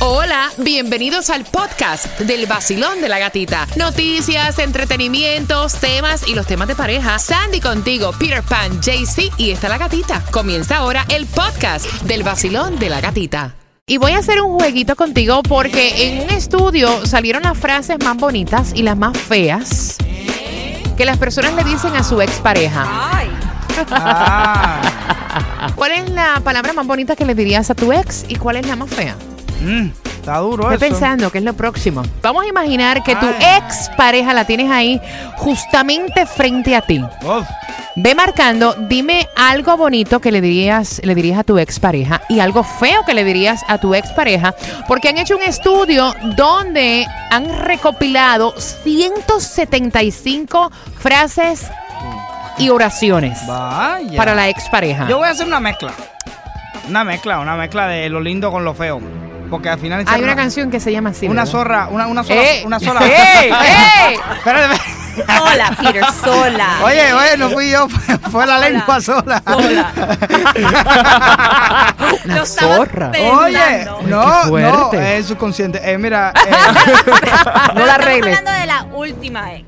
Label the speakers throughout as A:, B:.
A: Hola, bienvenidos al podcast del vacilón de la gatita. Noticias, entretenimientos, temas y los temas de pareja. Sandy contigo, Peter Pan, JC y está la gatita. Comienza ahora el podcast del vacilón de la gatita. Y voy a hacer un jueguito contigo porque en un estudio salieron las frases más bonitas y las más feas que las personas le dicen a su expareja.
B: Ay,
C: Ah,
A: ¿Cuál es la palabra más bonita que le dirías a tu ex y cuál es la más fea?
C: mm, está duro
A: Estoy
C: eso.
A: pensando que es lo próximo. Vamos a imaginar que tu
C: Ay.
A: ex pareja la tienes ahí justamente frente a ti.
C: Oh,
A: Ve marcando, dime algo bonito que le dirías, le dirías a tu ex pareja y algo feo que le dirías a tu ex pareja, porque han hecho un estudio donde han recopilado 175 frases y oraciones
C: vaya.
A: para la ex pareja.
C: Yo voy a hacer una mezcla. Una mezcla, una mezcla de lo lindo con lo feo. Porque al final...
A: Hay una canción que se llama así.
C: Una
A: ¿verdad?
C: zorra, una, una sola...
A: ¡Eh!
C: Una sola...
A: ¡Ey! ¡Ey!
C: Espérate, espérate.
B: sola, Peter,
A: Ah,
B: sola.
A: eh,
C: Oye, oye, no fui yo, fue- fue la lengua sola.
B: Sola. Lo estaba
A: zorra.
C: Oye,
B: pensando.
C: no,
A: Qué
C: no,
A: fuerte.
C: es subconsciente. Eh, mira, eh,
A: No la arregles.
B: Estamos hablando de la última ex.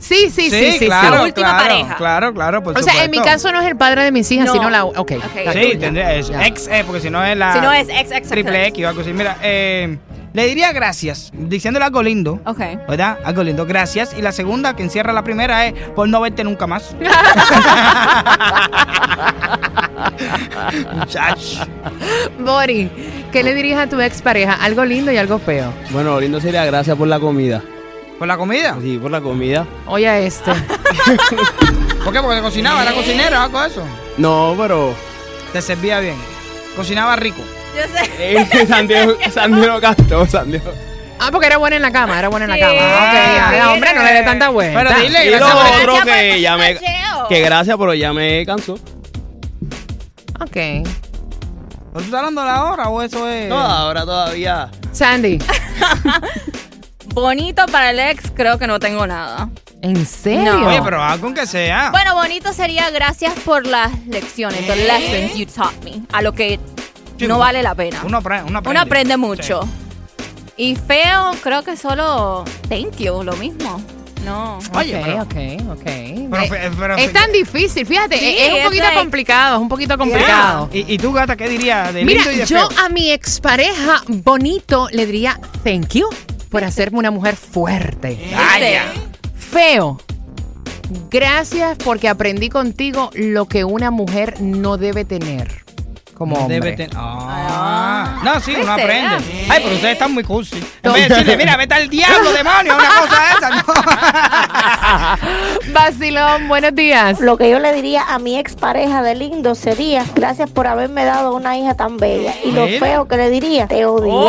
A: Sí, sí, sí, sí. sí.
C: claro,
B: La última
C: claro,
B: pareja.
C: Claro, claro, por
A: O sea, en mi
C: supuesto.
A: caso no es el padre de mis hijas,
B: No.
A: sino la. Ok. la
B: Ok.
C: Sí,
A: tuya.
C: tendría es
A: Ya.
C: ex, eh, porque si no es la
B: Si no es ex, ex,
C: triple
B: ex.
C: X o algo así. Mira, eh, le diría gracias, diciéndole algo lindo.
B: Ok.
C: ¿Verdad? Algo lindo, gracias. Y la segunda que encierra la primera es por no verte nunca más. Muchacho.
A: Bori, ¿qué le dirías a tu expareja? Algo lindo y algo feo.
D: Bueno, lo lindo sería gracias por la comida.
C: ¿Por la comida?
D: Sí, por la comida.
A: Oye, a este.
C: ¿Por qué? Porque cocinaba, era cocinera, algo de eso.
D: No, pero.
C: Te servía bien. Cocinaba rico.
B: Yo sé.
D: Eh, Santiago, Santiago Castro, Santiago.
A: Ah, porque era buena en la cama, era buena en la
B: Sí.
A: cama. Ok,
C: Ah,
A: ya, hombre, no le dé tanta vuelta.
C: Pero dile,
D: Y
C: gracias
D: lo
C: por el-
D: otro
B: Gracias por
D: que
B: tu
D: ya me.
B: cacheo.
D: Que gracias, pero ya me cansó.
A: Ok.
C: ¿Pero tú estás hablando de la hora o eso es...?
D: No, ahora todavía.
A: Sandy,
B: Bonito para el ex, creo que no tengo nada.
A: ¿en serio?
B: No.
C: Oye, pero algo que sea.
B: Bueno, bonito sería gracias por las lecciones, the lessons you taught me, a lo que
C: ¿Eh? Sí,
B: no
C: uno-
B: vale la pena.
C: Uno aprende. Uno aprende,
B: Uno aprende
C: Sí.
B: mucho. Y feo, creo que solo thank you, lo mismo. No.
C: Oye, pero-
A: ok, ok, ok.
C: Pero
A: Eh,
C: fe- pero
A: es
C: fe-
A: tan difícil, fíjate,
B: Sí,
A: es, es un
B: es
A: poquito
B: like-
A: complicado, es un poquito complicado.
C: Ah, ¿Y, y tú, gata, qué dirías de
A: Mira,
C: lindo y de
A: yo
C: feo?
A: a mi expareja bonito le diría thank you por hacerme una mujer fuerte.
C: Vaya.
A: Feo. Gracias porque aprendí contigo lo que una mujer no debe tener como hombre.
C: Debe ten- Ah. No, sí, uno
B: ¿Viste?
C: aprende.
B: Ah.
C: Ay, pero ustedes están muy cursi. En vez de decirle, mira, vete al diablo, demonio, una cosa esa.
A: Vacilón, buenos días.
E: Lo que yo le diría a mi expareja de lindo sería, gracias por haberme dado una hija tan bella. Y lo
C: Mira.
E: feo que le diría, te odio.
B: ¡Wow!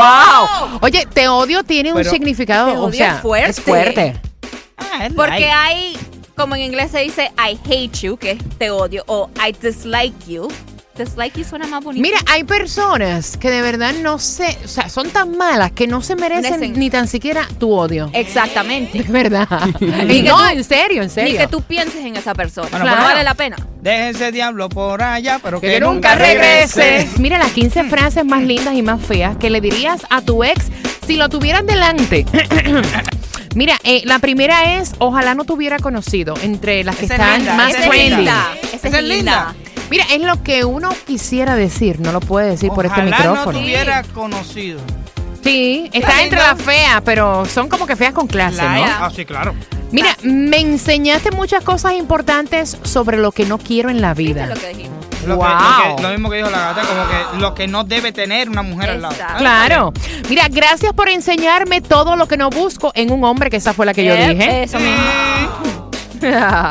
A: Oye, te odio tiene un
C: ¡Oh! Pero-
A: significado,
B: Te
A: o
B: odio
A: sea,
B: es fuerte.
A: es fuerte.
C: No.
B: Porque hay, como en inglés se dice I hate you, que es te odio, o I dislike you. Dislike you suena más bonito.
A: Mira, hay personas que de verdad no se, o sea, son tan malas que no se merecen
B: Merecen.
A: ni tan siquiera tu odio.
B: Exactamente.
A: De verdad.
B: Ni
A: y
B: que
A: no,
B: tú-
A: en serio, en serio. pues,
B: Ni que tú pienses en esa persona.
C: Bueno,
B: no
A: claro.
B: vale la pena.
C: Deje ese diablo por allá, pero que,
A: Que nunca regrese. Mira las 15 frases más lindas y más feas que le dirías a tu ex si lo tuvieras delante. Mira, eh, la primera es, ojalá no te hubiera conocido, entre las que
C: Esa es
A: están
C: linda,
A: más
C: esa es
A: trendy.
C: linda.
B: Esa es linda.
A: Mira, es lo que uno quisiera decir, no lo puede decir por este
C: Ojalá
A: micrófono.
C: no te hubiera conocido.
A: Sí, está
C: Está
A: entre
C: linda.
A: las feas, pero son como que feas con clase,
C: La-
A: ¿no?
C: Ah, sí, claro.
A: Mira, me enseñaste muchas cosas importantes sobre lo que no quiero en la
B: ¿Viste
A: vida.
B: lo que dijimos?
C: Lo,
A: Wow.
C: que, lo, que- lo mismo que dijo la gata, como que lo que no debe tener una mujer al lado. Ah,
B: Exacto.
A: Claro. Mira, gracias por enseñarme todo lo que no busco en un hombre, que esa fue la que yo
B: Eh,
A: dije.
B: Eso mismo.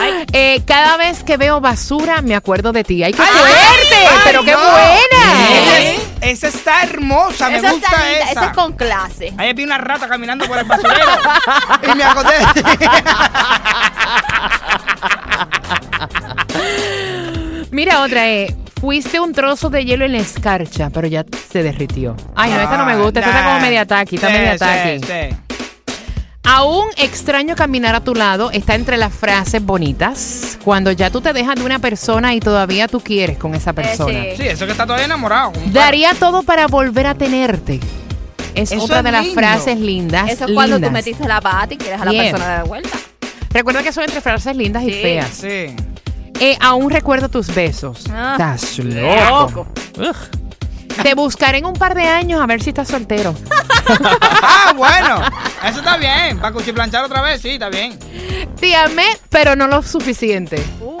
B: Ay.
A: Eh, cada vez que veo basura, me acuerdo de ti. ¡Ay, qué
C: ¡Ay!
A: fuerte!
C: ¡Ay,
A: ¡Pero qué
C: no!
A: buena!
C: Esa, es- esa está hermosa, Ah, me
B: Esa
C: gusta
B: está linda,
C: esa.
B: esa es con clase.
C: Ayer vi una rata caminando por el basurero y me acordé.
A: Mira, otra eh. Fuiste un trozo de hielo en la escarcha, pero ya se derritió. Ay, no, esta no me gusta. Esta está como media taqui, está
C: Sí,
A: media
C: Ah, sí,
A: taqui.
C: sí.
A: Aún extraño caminar a tu lado está entre las frases bonitas. Cuando ya tú te dejas de una persona y todavía tú
C: Eh,
A: quieres con esa persona.
B: sí.
C: Sí, eso que está todavía enamorado. como-
A: Daría todo para volver a tenerte. Es
C: Eso
A: otra
C: es
A: de las
C: lindo.
A: frases lindas.
B: Eso es cuando tú
A: lindas.
B: metiste la pata y quieres a la
A: Bien.
B: persona de vuelta.
A: Recuerda que son entre frases lindas y
B: Sí.
A: feas.
C: Sí.
A: Eh, aún recuerdo tus besos.
B: Ah.
A: Estás loco. Ugh. Te buscaré en un par de años a ver si estás soltero.
C: Ah, bueno. Eso está bien. Para cuchiplanchar otra vez, sí, está bien.
A: Te amé, pero no lo suficiente.
B: Uh,
C: Ah.